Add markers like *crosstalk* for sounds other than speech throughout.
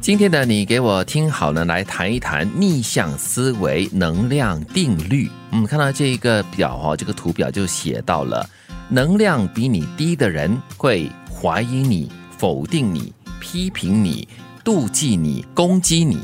今天呢，你给我听好呢，来谈一谈逆向思维能量定律。嗯，看到这一个表哦，这个图表就写到了，能量比你低的人会怀疑你、否定你、批评你、妒忌你、攻击你。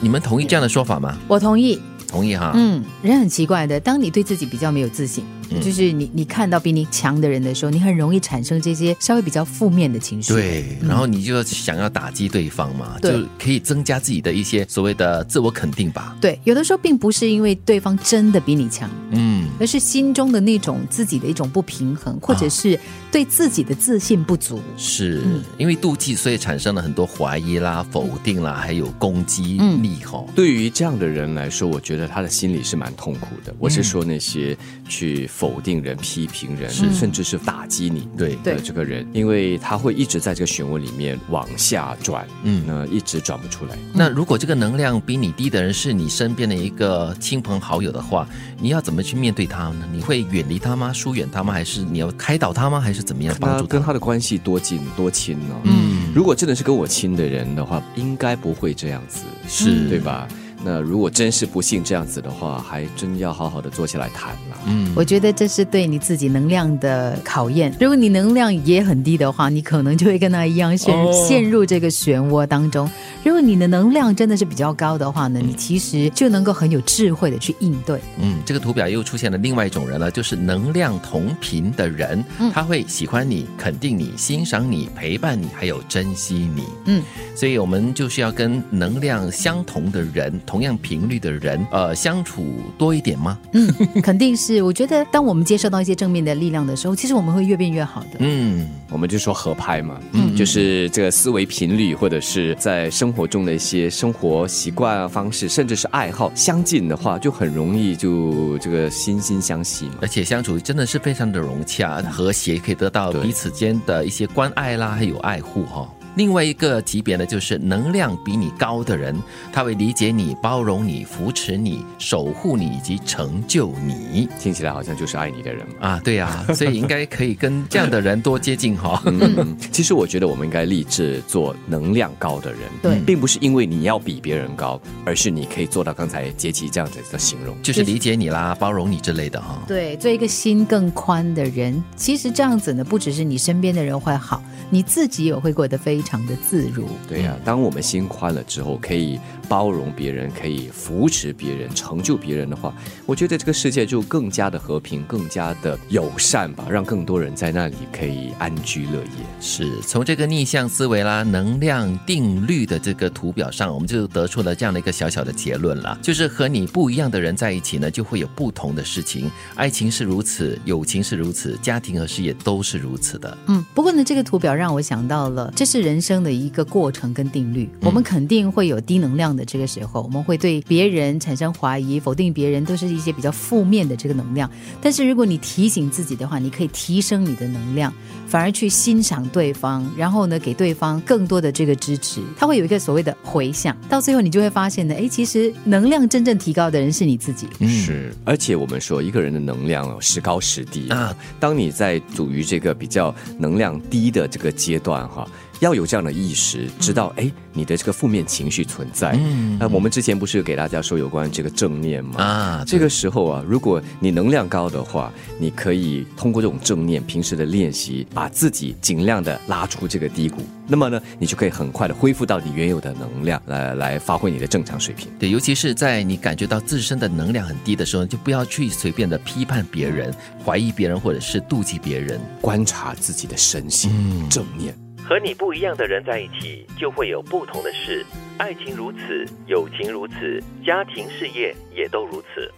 你们同意这样的说法吗？我同意。同意哈。嗯，人很奇怪的，当你对自己比较没有自信，嗯就是你你看到比你强的人的时候，你很容易产生这些稍微比较负面的情绪。，对，然后你就想要打击对方嘛，就对可以增加自己的一些所谓的自我肯定吧。对，有的时候并不是因为对方真的比你强，嗯，而是心中的那种自己的一种不平衡，或啊者是对自己的自信不足。是、嗯因为妒忌，所以产生了很多怀疑啦、否定啦，还有攻击嗯力吼。对于这样的人来说，我觉得他的心里是蛮痛苦的。我是说那些去否定人、批评人，甚至是打击你对的这个人，因为他会一直在这个漩涡里面往下转，嗯嗯，那一直转不出来。那如果这个能量比你低的人是你身边的一个亲朋好友的话，你要怎么去面对他呢？你会远离他吗？疏远他吗？还是你要开导他吗？还是怎么样帮那助他？跟他的关系多近多亲呢、嗯，如果真的是跟我亲的人的话，应该不会这样子，是对吧？那如果真是不幸这样子的话，还真要好好的坐下来谈了。嗯，我觉得这是对你自己能量的考验。如果你能量也很低的话，你可能就会跟他一样陷、哦陷入这个漩涡当中。如果你的能量真的是比较高的话呢，你其实就能够很有智慧的去应 *laughs* 对。嗯，这个图表又出现了另外一种人了，就是能量同频的人，他会喜欢你、肯定你、欣赏你、陪伴你，还有珍惜你。嗯，所以我们就是要跟能量相同的人、同样频率的人，呃，相处多一点吗？嗯，肯定是。我觉得当我们接受到一些正面的力量的时候，其实我们会越变越好的。嗯，我们就说合拍嘛，就是这个思维频率，或者是在生活中的一些生活习惯啊、方式，甚至是爱好相近的话，就很容易就这个心心相惜嘛。而且相处真的是非常的融洽、和谐，可以得到对彼此间的一些关爱啦，还有爱护哈、另外一个级别呢，就是能量比你高的人，他会理解你、包容你、扶持你、守护你以及成就你。听起来好像就是爱你的人嘛。啊，对啊，所以应该可以跟这样的人多接近哈、嗯，其实我觉得我们应该立志做能量高的人，对并不是因为你要比别人高，而是你可以做到刚才杰奇这样子的形容。就是理解你啦、包容你之类的哈、对，做一个心更宽的人，其实这样子呢，不只是你身边的人会好，你自己也会过得非常的自如。对呀、当我们心宽了之后，可以包容别人，可以扶持别人，成就别人的话，我觉得这个世界就更加的和平，更加的友善吧，让更多人在那里可以安居乐业。是从这个逆向思维啦、能量定律的这个图表上，我们就得出了这样的一个小小的结论啦，就是和你不一样的人在一起呢，就会有不同的事情。爱情是如此，友情是如此，家庭和事业都是如此的。嗯，不过呢，这个图表让我想到了，这是人生的一个过程跟定律。我们肯定会有低能量的这个时候，我们会对别人产生怀疑、否定别人，都是一些比较负面的这个能量。但是如果你提醒自己的话，你可以提升你的能量，反而去欣赏对方，然后呢，给对方更多的这个支持，他会有一个所谓的回响。到最后，你就会发现呢，诶，其实能量真正提高的人是你自己。是，而且我们说一个人的能量哦，时高时低啊。当你在处于这个比较能量低的这个阶段哈、要有这样的意识，知道哎、你的这个负面情绪存在。嗯那、我们之前不是给大家说有关这个正念吗？啊，这个时候啊，如果你能量高的话，你可以通过这种正念、平时的练习，把自己尽量的拉出这个低谷。那么呢，你就可以很快的恢复到你原有的能量，来来发挥你的正常水平。对，尤其是在你感觉到自身的能量很低的时候，就不要去随便的批判别人、怀疑别人或者是妒忌别人。观察自己的身心，正念。和你不一样的人在一起，就会有不同的事。爱情如此，友情如此，家庭事业也都如此。